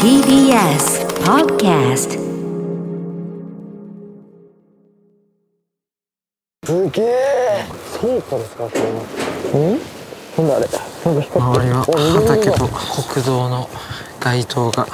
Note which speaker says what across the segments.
Speaker 1: TBS Podcast
Speaker 2: すげえ倉庫ですかこれはんなんだあれなんか光って
Speaker 3: 周りは
Speaker 2: お緑色だ
Speaker 3: 畑と国道の街灯が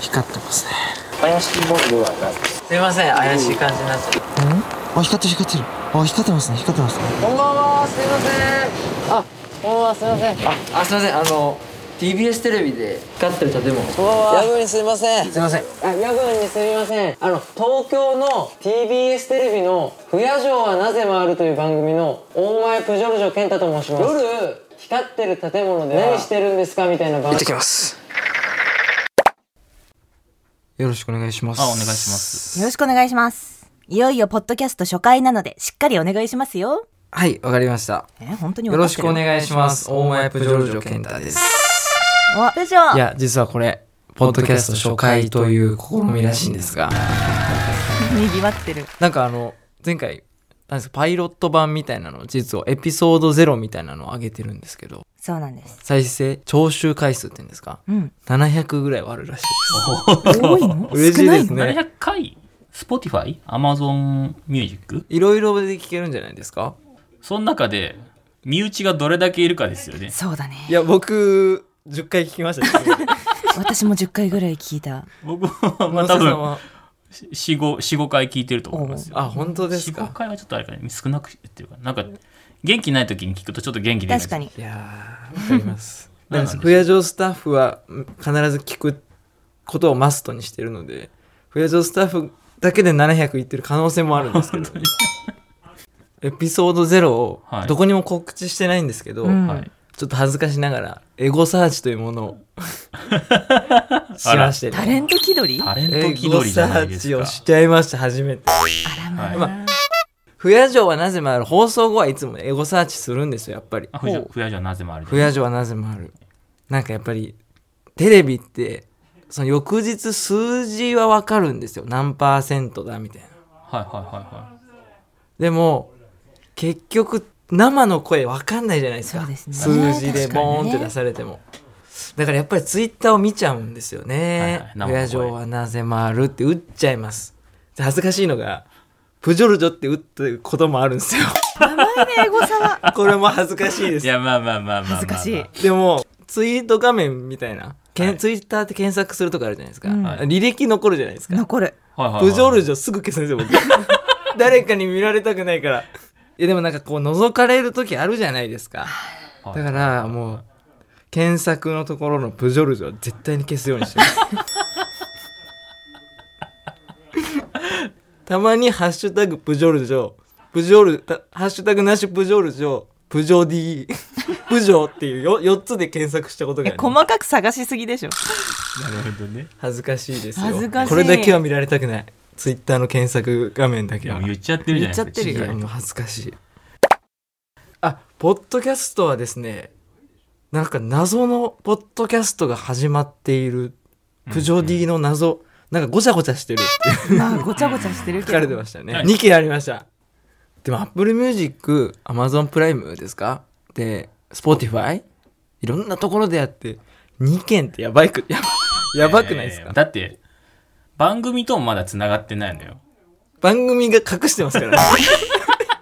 Speaker 3: 光ってますね
Speaker 2: 怪しいもんではない
Speaker 3: すいません怪しい感じになっちゃうんあ光ってる光ってるあ光ってますね光ってますね
Speaker 2: こんばんはすいませんあこんばんはすいませんあ
Speaker 3: あすいませんあの TBS テレビで光ってる建物
Speaker 2: こんばんは夜分にすいません
Speaker 3: すいません
Speaker 2: あ夜分にすみませんあの東京の TBS テレビの「不夜城はなぜ回る」という番組の大前プジョルジョ健太と申します夜光ってる建物で何してるんですかみたいな番
Speaker 3: 行っ
Speaker 2: 組
Speaker 3: てきますよろしくお願いします
Speaker 4: あ、お願いします。
Speaker 5: よろしくお願いします。いよいよポッドキャスト初回なので、しっかりお願いしますよ。
Speaker 3: はいわかりました
Speaker 5: え、本当に
Speaker 3: よろしくお
Speaker 5: い。
Speaker 3: 願いします大前プジョルジョ健太です
Speaker 5: お、部長
Speaker 3: いや実はこれポッドキャスト初回という試みらしいんですが
Speaker 5: にぎわってる。
Speaker 3: なんかあの前回なんですかパイロット版みたいなの実はエピソード0みたいなのを上げてるんですけど
Speaker 5: そうなんです。
Speaker 3: 再生聴取回数って言うんですか
Speaker 5: うん。
Speaker 3: 700ぐらいはあるらしい
Speaker 5: 多いの
Speaker 3: 嬉しいです
Speaker 5: 少
Speaker 3: ね
Speaker 4: 700回 ?Spotify? Amazon Music?
Speaker 3: いろいろで聞けるんじゃないですか
Speaker 4: その中で、身内がどれだけいるかですよね。
Speaker 5: そうだね
Speaker 3: い。や僕10回聞きました けど
Speaker 5: 私も10回ぐらい聞いた。
Speaker 4: 僕は、まあ多分、4、5、4、5回聞いてると思いますよ。
Speaker 3: あ本当です
Speaker 4: 4、5
Speaker 3: か
Speaker 4: 回はちょっとあれかね、少なくっていうか、なんか、元気ない時に聞くとちょっと元気出ない。
Speaker 5: 確か。に。
Speaker 3: いやーわかります
Speaker 4: な
Speaker 3: で
Speaker 4: んなんでしょう
Speaker 3: フヤジョスタッフはうん必ず聞くことをマストにしてるのでフヤジョスタッフだけで700いってる可能性もあるんですけど
Speaker 4: に
Speaker 3: エピソード0を
Speaker 4: はい
Speaker 3: どこにも告知してないんですけど、
Speaker 5: うん
Speaker 4: はい。
Speaker 3: ちょっと恥ずかしながらエゴサーチというものをしましてね
Speaker 5: タレント気取り
Speaker 4: タ
Speaker 5: あ
Speaker 4: レ
Speaker 3: エ
Speaker 4: ント気
Speaker 3: ゴ
Speaker 4: 取りじ
Speaker 3: サ
Speaker 4: ゃないで
Speaker 3: ー
Speaker 4: す
Speaker 3: チ
Speaker 4: か。
Speaker 3: をしちゃいました初めて
Speaker 5: らまあ、
Speaker 4: は
Speaker 3: 不夜城はなぜもある放送後はいつもエゴサーチするんですよやっぱり
Speaker 4: あ、ふや、ふやじゃなぜもある。
Speaker 3: 不夜城はなぜもあるなんかやっぱりテレビってその翌日数字は分かるんですよ何パーセントだみたいな
Speaker 4: はいはいは
Speaker 3: でも結局生の声分かんないじゃないですか
Speaker 5: そうですね
Speaker 3: 数字で
Speaker 5: 確かにね
Speaker 3: ボーンって出されても、だからやっぱりツイッターを見ちゃうんですよ
Speaker 4: はい
Speaker 3: ね
Speaker 4: は
Speaker 3: 「
Speaker 4: い生の声
Speaker 3: 親城、はなぜ回る」って打っちゃいますで恥ずかしいのが「プジョルジョ」って打ったこともあるんですよ
Speaker 5: 甘いね、エゴサは。
Speaker 3: これも恥ずかしいで
Speaker 4: い。い
Speaker 3: す
Speaker 4: や、まあまあまあまあまあ、まあ。
Speaker 5: 恥ずかしい。
Speaker 3: でもツイート画面みたいな、けん
Speaker 4: はい
Speaker 3: ツイッターって検索するとかあるじゃないですか、
Speaker 5: うん
Speaker 3: 履歴残るじゃないですか
Speaker 5: 残る。
Speaker 4: はいはいはい。
Speaker 3: プジョルジョすぐ消すんですよ 僕誰かに見られたくないからいやでもなんかこう覗かれる時あるじゃないですか
Speaker 4: はい
Speaker 3: だからもう検索のところのプジョルジョは絶対に消すようにして ますたまに「ハッシュタグプジョルジョ」プジョルた「ハッシュタグなしプジョルジョ」プジョデ ィプジョっていうよ4つで検索したことが
Speaker 5: え、
Speaker 3: あります
Speaker 5: 細かく探しすぎで しょ。
Speaker 4: なるほどね。
Speaker 3: 恥ずかしいですよ
Speaker 5: 恥ずかしい
Speaker 3: これだけは見られたくないツイッターの検索画面だ
Speaker 4: い
Speaker 3: け
Speaker 4: や、
Speaker 3: は
Speaker 4: もう言っちゃってるじゃないですか。
Speaker 5: 言っちゃってるよ
Speaker 3: いやもう恥ずかしいあポッドキャストはですねなんか謎のポッドキャストが始まっているプジョディの謎、なんかごちゃごちゃしてるって
Speaker 5: まあ、ごちゃごちゃしてるけ
Speaker 3: 書
Speaker 5: ど。
Speaker 3: かれてましたね、
Speaker 4: はい
Speaker 3: 2件ありましたでも Apple Music Amazon プライムですかで Spotify いろんなところでやって2件ってやばいくやばやばくないですか、
Speaker 4: ややだって、番組ともまだ繋がってないのよ。
Speaker 3: 番組が隠してますからね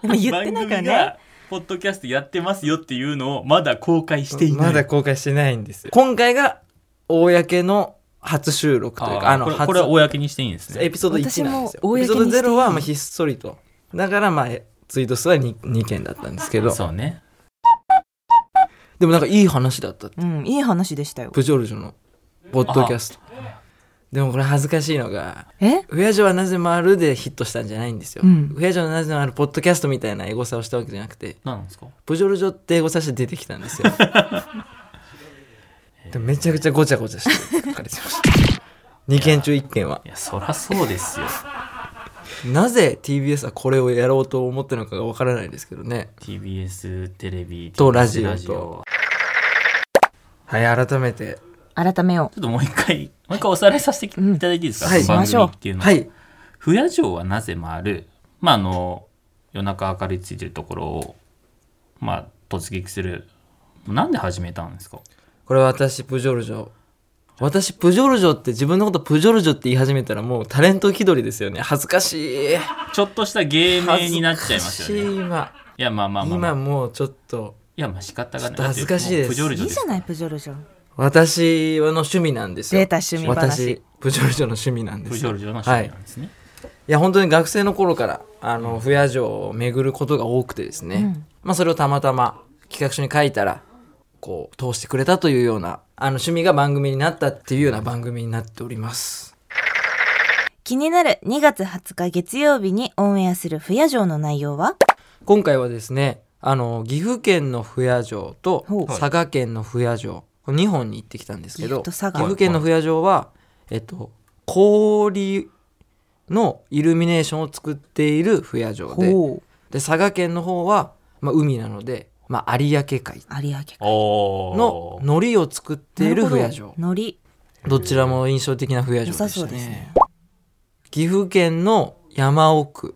Speaker 5: でも言ってないから
Speaker 4: 番組
Speaker 5: ね。
Speaker 4: がポッドキャストやってますよっていうのをまだ公開していない。
Speaker 3: まだ公開してないんですよ今回が公の初収録というか
Speaker 4: あ
Speaker 3: あ
Speaker 4: の
Speaker 3: の
Speaker 4: これ
Speaker 3: 初
Speaker 4: これは公にしていいんです
Speaker 3: エ
Speaker 4: ね。
Speaker 3: ピソード1なんです
Speaker 5: 私も
Speaker 3: よ
Speaker 5: 公
Speaker 3: エ
Speaker 5: に
Speaker 3: ピ
Speaker 5: して
Speaker 3: ソ
Speaker 5: いい
Speaker 3: ード0はまあひっそりとだからまあツイート数は 2, 2件だったんですけど
Speaker 4: そうね。
Speaker 3: でもなんかいい話だったって
Speaker 5: うん、いい話でしたよ。
Speaker 3: プジョルジョのポッドキャストでもこれ恥ずかしいのが
Speaker 5: え
Speaker 3: 「親父はなぜ回る」でヒットしたんじゃないんですよ、
Speaker 5: うん
Speaker 3: 親父はなぜ回るポッドキャストみたいなエゴサをしたわけじゃなくて
Speaker 4: なんですか
Speaker 3: プジョルジョって英語さして出てきたんですよ でもめちゃくちゃごちゃごちゃして書かれてました2件中1件はい
Speaker 4: や、そらそうですよ。
Speaker 3: なぜ TBS はこれをやろうと思ったのかがわからないですけどね
Speaker 4: TBS テレビ
Speaker 3: と
Speaker 4: TBS
Speaker 3: ラジオとはい改めて
Speaker 5: 改めよ
Speaker 4: ちょっともう一回、もう一回おさらいさせていただいていいですか、
Speaker 3: うんはい
Speaker 4: その番組っていうのを
Speaker 3: はい
Speaker 4: 不夜城はなぜ回る、まあ、あの夜中明かりついてるところを、まあ、突撃するなんで始めたんですか
Speaker 3: これは私プジョルジョ私、プジョルジョって、自分のことプジョルジョって言い始めたらもうタレント気取りですよね。恥ずかしい。
Speaker 4: ちょっとした芸名になっちゃいますよ
Speaker 3: 恥
Speaker 4: ね。
Speaker 3: ずか
Speaker 4: いや、まあまあ
Speaker 3: しい、
Speaker 4: ま
Speaker 3: 今。
Speaker 4: あまあ、
Speaker 3: 今もうちょっと、
Speaker 4: いや、まあ仕方が
Speaker 3: ちょ
Speaker 4: な
Speaker 3: っ
Speaker 4: い。
Speaker 3: と恥ずかしいです
Speaker 4: もうプジョルジ
Speaker 5: い
Speaker 4: ョ
Speaker 5: い
Speaker 4: で
Speaker 5: じゃ
Speaker 4: す。
Speaker 5: ない、プジョルジョ。
Speaker 3: 私はの趣味なんですよ。
Speaker 5: 出た趣味話
Speaker 3: 私、プジョルジョの趣味なんですよ。
Speaker 4: プジョルジョの趣味なんですね。
Speaker 3: いや本当に学生の頃からあの不夜城を巡ることが多くてですね、まあ、それをたまたま企画書に書いたらこう通してくれたというようなあの趣味が番組になったっていうような番組になっております
Speaker 5: 気になる2月20日月曜日にオンエアする不夜城の内容は
Speaker 3: 今回はですねあの岐阜県の不夜城と
Speaker 5: ほう
Speaker 3: 佐賀県の不夜城この2本に行ってきたんですけど
Speaker 5: 岐
Speaker 3: 岐
Speaker 5: 阜と佐賀
Speaker 3: 阜県の不夜城は、えっと、氷のイルミネーションを作っている不夜城で
Speaker 5: ほ
Speaker 3: で佐賀県の方は、まあ、海なので、まあ、有明海
Speaker 5: う有明
Speaker 4: おー
Speaker 3: の海苔を作っている不夜城
Speaker 5: のり
Speaker 3: どちらも印象的な不夜
Speaker 5: 良
Speaker 3: 城
Speaker 5: さ
Speaker 3: でし
Speaker 5: そう
Speaker 3: た
Speaker 5: です
Speaker 3: ね
Speaker 5: ね
Speaker 3: 岐阜県の山奥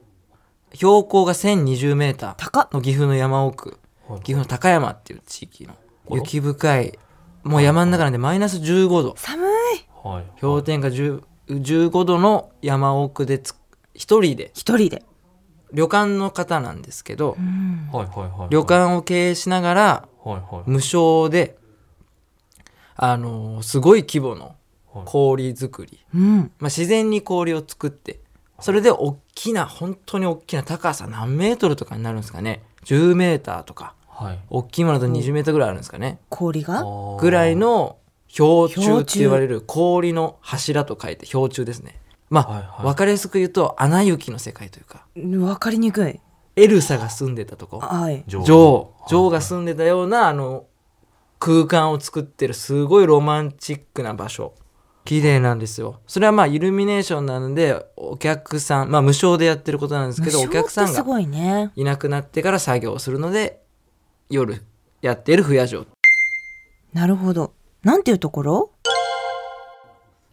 Speaker 3: 標高が1 0 2 0ー
Speaker 5: 高っ
Speaker 3: の岐阜の山奥岐阜の高山っていう地域の雪深いもう山の中なんでマイナス15度
Speaker 5: 寒い
Speaker 4: はい。
Speaker 3: 氷点下10 15度の山奥でつ一人で
Speaker 5: 一人で
Speaker 3: 旅館の方なんですけど
Speaker 4: はいはいはい。
Speaker 3: 旅。館を経営しながら
Speaker 4: はいはい。
Speaker 3: 無償であのすごい規模の氷作り、
Speaker 5: うん
Speaker 3: まあ、自然に氷を作ってそれで大きな本当に大きな高さ何メートルとかになるんですかね10メーターとか
Speaker 4: はい。
Speaker 3: 大きいものだと20メーターぐらいあるんですかね
Speaker 5: 氷が
Speaker 3: ぐらいの氷
Speaker 5: 氷
Speaker 3: 柱
Speaker 5: 柱
Speaker 3: って言われる氷の柱と書いて氷柱ですねまあ、
Speaker 4: はいはい
Speaker 3: 分かりやすく言うと穴雪の世界というか
Speaker 5: うんわかりにくい
Speaker 3: エルサが住んでたとこ
Speaker 5: はい
Speaker 4: 女王
Speaker 3: 女王女王が住んでたようなあの空間を作ってるすごいロマンチックな場所綺麗なんですよそれはまあイルミネーションなのでお客さんまあ無償でやってることなんですけどお客さ
Speaker 5: 無償っ
Speaker 3: ん
Speaker 5: てす
Speaker 3: が
Speaker 5: ごいね
Speaker 3: いなくなってから作業をするので夜やっている不夜城
Speaker 5: なるほどなんていうところ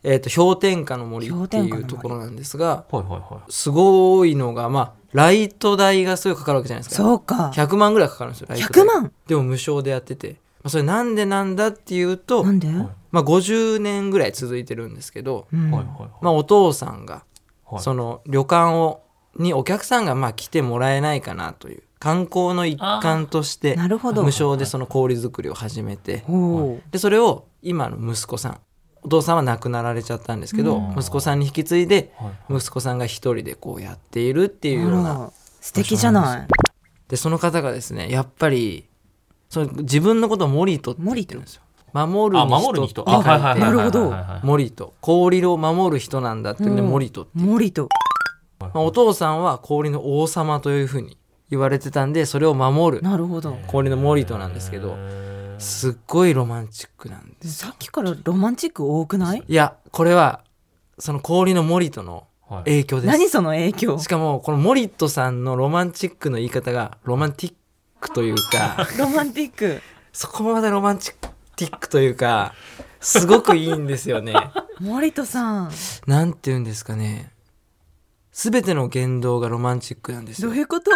Speaker 3: えー、と氷点下の森
Speaker 5: 氷
Speaker 3: って
Speaker 5: 点下の
Speaker 3: い
Speaker 5: 森
Speaker 3: うところなんですが
Speaker 4: はいはいはい。
Speaker 3: すごいのがまあライト代がすごいかかるわけじゃないですか
Speaker 5: そうか
Speaker 3: 100万ぐらいかかるんですよライト
Speaker 5: 100
Speaker 3: 代
Speaker 5: 万
Speaker 3: でも無償でやってて、まあ、それなんでなんだっていうと
Speaker 5: なんで、
Speaker 3: まあ、50年ぐらい続いてるんですけど、
Speaker 5: うん
Speaker 4: はいはいはい。
Speaker 3: まあ、お父さんが
Speaker 4: はい
Speaker 3: その旅館をにお客さんがまあ来てもらえないかなという観光の一環として無
Speaker 5: なるほど
Speaker 3: 償でその氷作りを始めて
Speaker 5: おー
Speaker 3: でそれを今の息子さんお父さんは亡くなられちゃったんですけど、息子さんに引き継いで
Speaker 4: はい
Speaker 3: 息子さんが一人でこうやっているっていうよう
Speaker 5: あ
Speaker 3: な
Speaker 5: ら素敵じゃない
Speaker 3: でその方がですねやっぱりその自分のことを森とって言ってるんですよ。守る
Speaker 4: あ、
Speaker 3: に人
Speaker 4: 守るに人。
Speaker 3: って書
Speaker 4: あ、
Speaker 3: いて
Speaker 4: はいはいはいはいはいはい。
Speaker 5: なるほど
Speaker 3: 森と氷を守る人なんだっていうね
Speaker 5: うん
Speaker 3: 森と、
Speaker 5: 森と
Speaker 3: まあ、お父さんは氷の王様というふうに言われてたんでそれを守る
Speaker 5: なるほど
Speaker 3: 氷の森となんですけどすっごいロマンチックなんです
Speaker 5: さっきからロマンチック多くない
Speaker 3: いやこれはその氷の森との
Speaker 4: はい。
Speaker 3: 影響です、
Speaker 5: 何その影響
Speaker 3: しかもこの森とさんのロマンチックの言い方がロマンティックという か
Speaker 5: ロマンティック
Speaker 3: そこまでロマンチックというかすごくいいんで すよね
Speaker 5: 森戸さん
Speaker 3: なんて言うんですかね全ての言動がロマンチックなんです
Speaker 5: ど
Speaker 3: よ
Speaker 5: ういうこと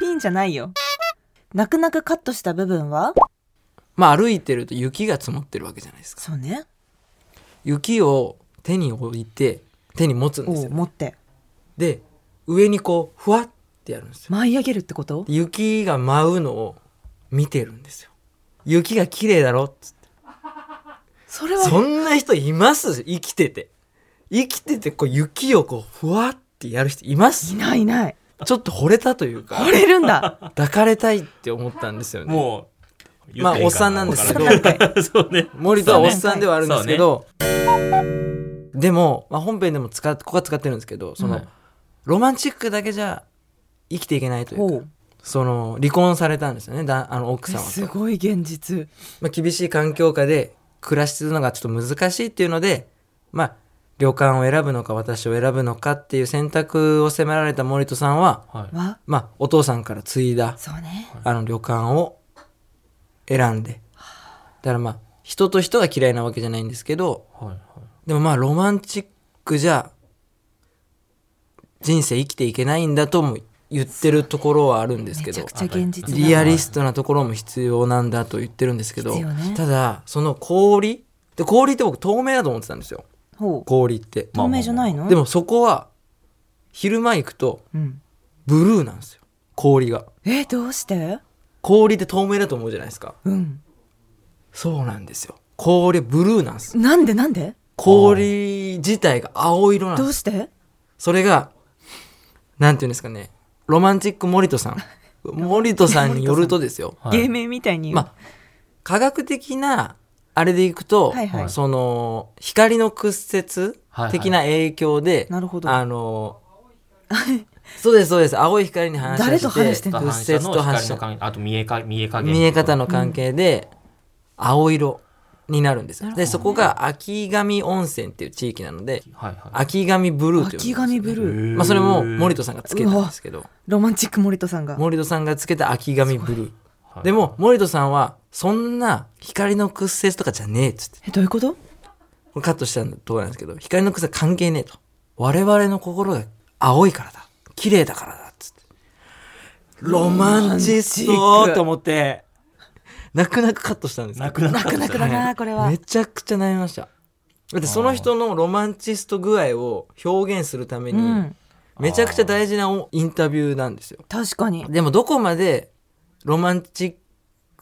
Speaker 5: ピンじゃないよ泣く泣くカットした部分は
Speaker 3: まあ歩いてると雪が積もってるわけじゃないですか。
Speaker 5: そうね
Speaker 3: 雪を手に置いて、手に持つんです
Speaker 5: を
Speaker 3: よ。
Speaker 5: 持って
Speaker 3: で、上にこう、ふわってやるんですよ。
Speaker 5: 舞い上げるってこと
Speaker 3: 雪が舞うのを見てるんですよ。雪が綺麗だろっつって
Speaker 5: それ
Speaker 3: そ
Speaker 5: は
Speaker 3: んな人います生きてて。生きてて、こう、雪をこう、ふわってやる人いま
Speaker 5: い
Speaker 3: す
Speaker 5: ないいない
Speaker 3: ちょっと惚れたというか
Speaker 5: 惚、れるんだ
Speaker 3: 抱かれたいって思ったんですよね。
Speaker 4: もう、
Speaker 3: まあ、おっさんなんですけど
Speaker 4: わ、か らんけどそうね。
Speaker 3: 森田はおっさんではあるんですけど、でも、まあ、本編でも使っここは使ってるんですけどその、
Speaker 4: はい
Speaker 3: ロマンチックだけじゃ生きていけないとい
Speaker 5: ほ
Speaker 3: うか
Speaker 5: う
Speaker 3: その離婚されたんですよねだあの奥
Speaker 5: え
Speaker 3: 様
Speaker 5: す
Speaker 3: と、
Speaker 5: ごい現実
Speaker 3: まあ、厳しい環境下で暮らしてるのがちょっと難しいっていうので、まあ、旅館を選ぶのか私を選ぶのかっていう選択を迫られた森田さんは、
Speaker 4: はい。
Speaker 5: は
Speaker 3: まあ、お父さんから継いだ
Speaker 5: そうね
Speaker 3: あの旅館を選んでだからまあ人と人が嫌いなわけじゃないんですけど
Speaker 4: はいはい。
Speaker 3: でもまあロマンチックじゃ人生生きていけないんだとも言ってるところはあるんですけ
Speaker 5: めちゃ
Speaker 3: ど
Speaker 5: くちゃ現実だ
Speaker 3: リアリストなところも必要なんだと言ってるんですけど
Speaker 5: 必要ね
Speaker 3: ただその氷で氷って僕透明だと思ってたんですよ
Speaker 5: ほう。
Speaker 3: 氷って、
Speaker 5: 透明じゃないの
Speaker 3: で、もそこは昼間行くと
Speaker 5: うん。
Speaker 3: ブルーなんですよ氷が
Speaker 5: え、どうして
Speaker 3: 氷って透明だと思うじゃないですか
Speaker 5: うん。
Speaker 3: そうなんですよ氷ブルーなんです
Speaker 5: なんでなんで
Speaker 3: 氷自体が青色なん
Speaker 5: ど
Speaker 3: で
Speaker 5: う
Speaker 3: す
Speaker 5: して
Speaker 3: それがなんていうんですかねロマンチック森戸さん森戸さんによるとですよ
Speaker 4: はい
Speaker 5: 芸名みたいに言う。
Speaker 3: まあ科学的なあれでいくと、
Speaker 5: はいはい
Speaker 3: その光の屈折的な影響で、
Speaker 5: なるほど
Speaker 3: あのそうですそうです青い光に反射して
Speaker 5: 誰と話してんの
Speaker 3: 屈折と反射
Speaker 4: 光のあと見えか見え加減
Speaker 3: 見え方の関係で青色になるんですよ、でそこが秋上温泉っていう地域なので
Speaker 4: はいはい
Speaker 3: 秋上ブルーという
Speaker 5: 秋神ブルー。
Speaker 3: まあ、それも森戸さんがつけたんですけど
Speaker 5: ロマンチック森戸さんが。
Speaker 3: 森戸さんがつけた秋上ブルー
Speaker 4: はい
Speaker 3: でも森戸さんはそんな光の屈折とかじゃねえっつって
Speaker 5: え、どういうこと
Speaker 3: これカットしたところなんですけど光の屈折は関係ねえと我々の心が青いからだ綺麗だからだっつってロマンチストと思って泣く泣くカットしたんですけど
Speaker 4: くなかっ
Speaker 5: 泣く泣くだな、これは
Speaker 3: め。ちゃくちゃ悩みましただってその人のロマンチスト具合を表現するため
Speaker 5: う
Speaker 3: に、
Speaker 5: ん。
Speaker 3: めちゃくちゃ大事なおインタビューなんですよ
Speaker 5: 確かに。
Speaker 3: でもどこまでロマンチ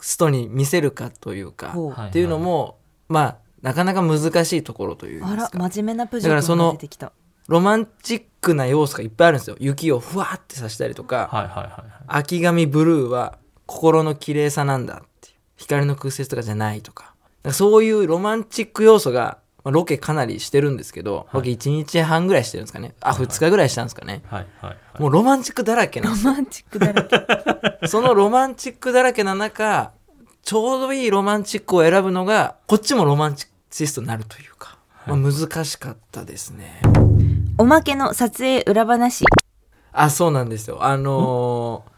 Speaker 3: ストに見せるかというか
Speaker 5: ほう
Speaker 3: っていうのも、まあなかなか難しいところという
Speaker 5: あ、
Speaker 3: から
Speaker 5: 真面目なプジョ
Speaker 3: だから
Speaker 5: ー
Speaker 3: そ
Speaker 5: 君
Speaker 3: の
Speaker 5: が出てきた。
Speaker 3: ロマンチックな要素がいっぱいあるんですよ雪をふわーってさしたりとか、
Speaker 4: はいはいはい
Speaker 3: 秋神ブルーは心の綺麗さなんだっていう光の屈折とかじゃないとかなんかそういうロマンチック要素が、まあ、ロケかなりしてるんですけど、ロケ1日半ぐらいしてるんですかねあ2日ぐらいしたんですかね、
Speaker 4: はいはいはい
Speaker 3: もうロマンチックだらけなん
Speaker 5: ロ
Speaker 3: ですよ
Speaker 5: マンチックだらけ。
Speaker 3: そのロマンチックだらけな中ちょうどいいロマンチックを選ぶのがこっちもロマンチストになるというか、まあ、難しかったですね
Speaker 5: おまけの撮影裏話。
Speaker 3: あそうなんですよあのー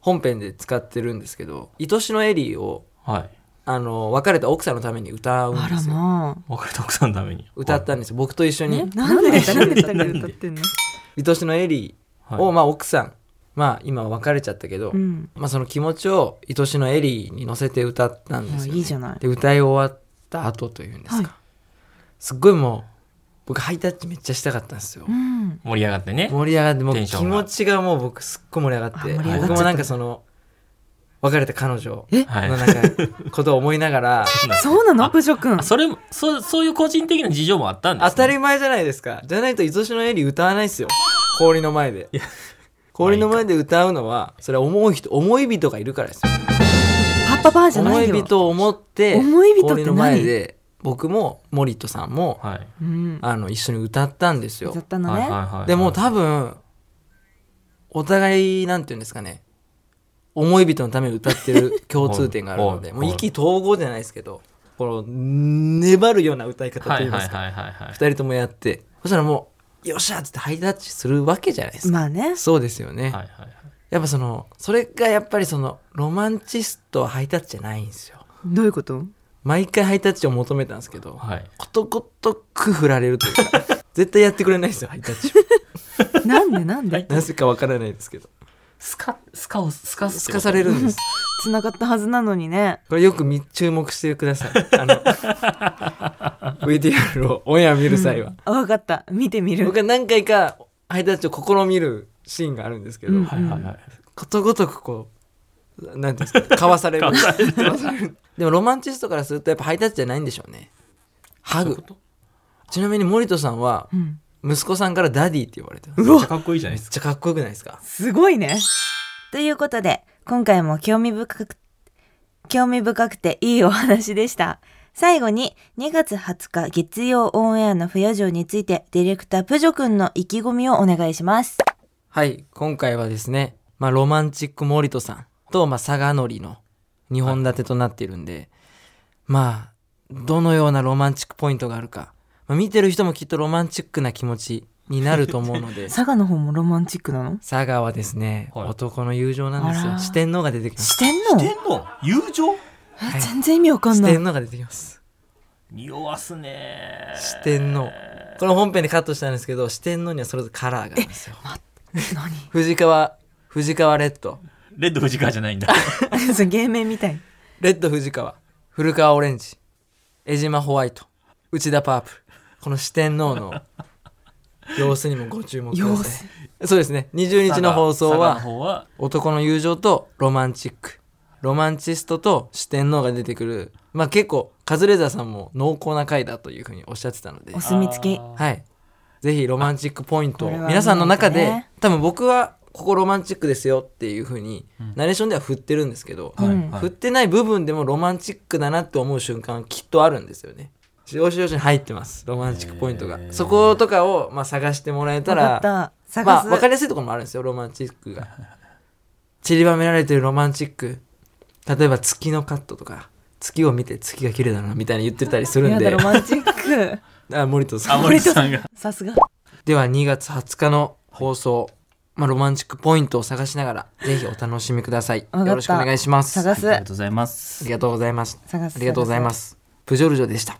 Speaker 3: 本編で使ってるんですけど愛しのエリーを
Speaker 4: はい
Speaker 3: あの別れた奥さんのために歌うん
Speaker 5: あ
Speaker 3: で
Speaker 5: ら
Speaker 3: すよ、
Speaker 5: まあ。
Speaker 4: 別れた奥さんのために
Speaker 3: 歌ったんですよ僕と一緒に
Speaker 5: なんでなんで二人で歌ってんの
Speaker 3: 愛しのエリーを、
Speaker 4: はい
Speaker 3: まあ、奥さんまあ今は別れちゃったけど、
Speaker 5: うん。
Speaker 3: まあ、その気持ちを愛しのエリーに乗せて歌ったんですよ、
Speaker 5: あ
Speaker 3: ね、
Speaker 5: いいじゃない
Speaker 3: で歌い終わった後というんですか、
Speaker 5: は
Speaker 3: すっごいもう僕ハイタッチめっちゃしたかったんですよ、
Speaker 5: うん。
Speaker 4: 盛り上がってね
Speaker 3: 盛り上がってもう
Speaker 4: テンショ
Speaker 3: 気
Speaker 4: ンが
Speaker 3: 持ちがもう僕すっごい盛り上がっ
Speaker 5: あ
Speaker 3: て
Speaker 5: 盛り上がっちゃった
Speaker 3: 僕もなんかその別れた彼女
Speaker 5: え
Speaker 4: はい
Speaker 3: のなんかことを思いなが ら
Speaker 5: そうなのプジョー君
Speaker 4: あ。それもそうそういう個人的な事情もあったんです、ね、
Speaker 3: 当たり前じゃないですかじゃないと愛しのエリー歌わないですよ氷の前で氷の前で歌うのはそれは思う人思い人がいるからですよ
Speaker 5: 葉っぱバーじゃな
Speaker 3: 思
Speaker 5: い
Speaker 3: い
Speaker 5: よ。
Speaker 3: 人を思って
Speaker 5: 思い人って何
Speaker 3: 氷の前で僕も森戸さんも、
Speaker 4: はい
Speaker 5: うん。
Speaker 3: あの一緒に歌ったんですよ
Speaker 5: だったの
Speaker 4: はいはい
Speaker 5: ね。
Speaker 4: はいはい
Speaker 3: でもう多分お互いなんて言うんですかね思い人のために歌ってる共通点があるので
Speaker 4: は
Speaker 3: も
Speaker 4: い
Speaker 3: う意気投合じゃないですけどこの粘るような歌い方
Speaker 4: は
Speaker 3: とい
Speaker 4: い
Speaker 3: いま
Speaker 4: はい
Speaker 3: すか
Speaker 4: はいはいはい
Speaker 3: 二人ともやってそしたらもう「よっしゃ!」っつってハイタッチするわけじゃないですか、
Speaker 5: まあね。
Speaker 3: そうですよね、
Speaker 4: はいはいはい
Speaker 3: やっぱそのそれがやっぱりそのロマンチストはハイタッチじゃないんですよ
Speaker 5: どういうこと
Speaker 3: 毎回ハイタッチを求めたんですけど、
Speaker 4: はい
Speaker 3: ことごとく振られるというか 絶対やってくれないんですよハイタッチ
Speaker 5: なんでなんで
Speaker 3: なぜかわからないですけど
Speaker 4: スカスカをスカ
Speaker 3: すかされるんです
Speaker 5: 繋がったはずなのにね。
Speaker 3: これよくみ注目してくださいあの VTR をオンエア見る際は、
Speaker 5: あわかった。見てみる
Speaker 3: 僕。は何回かハイタッチを試みるシーンがあるんですけど、
Speaker 5: うん
Speaker 4: はいはいはい
Speaker 3: ことごとくこうなんていうんですかかわされるかわされる でもロマンチストからするとやっぱハイタッチじゃないんでしょうねハグちなみに森戸さんは
Speaker 5: うん。
Speaker 3: 息子さんからダディって言われてるめっ
Speaker 4: めっちゃかっこいいじゃないですか
Speaker 3: ちゃかっこよくないですか
Speaker 5: すごいね。ということで、今回も興味深く、興味深くていいお話でした。最後に、2月20日月曜オンエアの不夜城について、ディレクタープジョ君の意気込みをお願いします。
Speaker 3: はい、今回はですね、まあ、ロマンチック森戸さんと、まあ、佐賀のりの2本立てとなっているんで、まあ、どのようなロマンチックポイントがあるか、まあ、見てる人もきっとロマンチックな気持ちになると思う ので、
Speaker 5: 佐賀の方もロマンチックなの
Speaker 3: 佐賀はですね、
Speaker 4: はい
Speaker 3: 男の友情なんです
Speaker 5: あら
Speaker 3: よ。四天王が出てきます。
Speaker 5: 四天王
Speaker 4: 天皇友情
Speaker 5: え全然意味わかん
Speaker 3: 四
Speaker 5: ない。
Speaker 3: 天王が出てきます。
Speaker 4: 匂わすね
Speaker 3: 四天王。この本編でカットしたんですけど、四天王にはそれぞれカラーがあるんですよ。
Speaker 5: 何
Speaker 3: 藤川、藤川レッド、
Speaker 4: レッ ド藤川じゃないんだ
Speaker 5: それ芸名みたい。
Speaker 3: レッド藤川、古川オレンジ、江島ホワイト内田パープこの四天王の様子にもご注目くださいそうですね20日の放送
Speaker 4: 佐賀の
Speaker 3: は
Speaker 4: 方は
Speaker 3: 男の友情とロマンチックロマンチストと四天王が出てくるまあ結構カズレーザーさんも濃厚な回だというふうにおっしゃってたので
Speaker 5: お墨付き
Speaker 4: あー
Speaker 3: はい。ぜひロマンチックポイントを
Speaker 5: これは
Speaker 3: 皆さんの中で、
Speaker 5: ね
Speaker 3: 多分僕はここロマンチックですよっていう風に、ナレーションでは振ってるんですけど、
Speaker 4: はいはい
Speaker 3: 振ってない部分でもロマンチックだなって思う瞬間きっとあるんですよね。要所要所に入ってますロマンチックポイントが
Speaker 4: へー
Speaker 3: そことかをまあ探してもらえた
Speaker 5: わからった探、
Speaker 3: ますあ、分かりやすいところもあるんですよロマンチックが散りばめられてるロマンチック例えば月のカットとか月を見て月が綺麗だなみたいに言ってたりするん
Speaker 5: や
Speaker 3: で
Speaker 5: だロマンチッ ク
Speaker 3: あ森田さ
Speaker 4: あ
Speaker 3: ん
Speaker 4: 森さんが
Speaker 5: さすが
Speaker 3: では2月20日の放送、まあ、ロマンチックポイントを探しながらぜひお楽しみください
Speaker 5: わかった
Speaker 3: よろしくお願いしますあ
Speaker 5: 探
Speaker 4: ありが
Speaker 5: す
Speaker 4: とうございます
Speaker 3: りがとうございます
Speaker 5: 探す
Speaker 3: ありがとうございますプジョルジョでした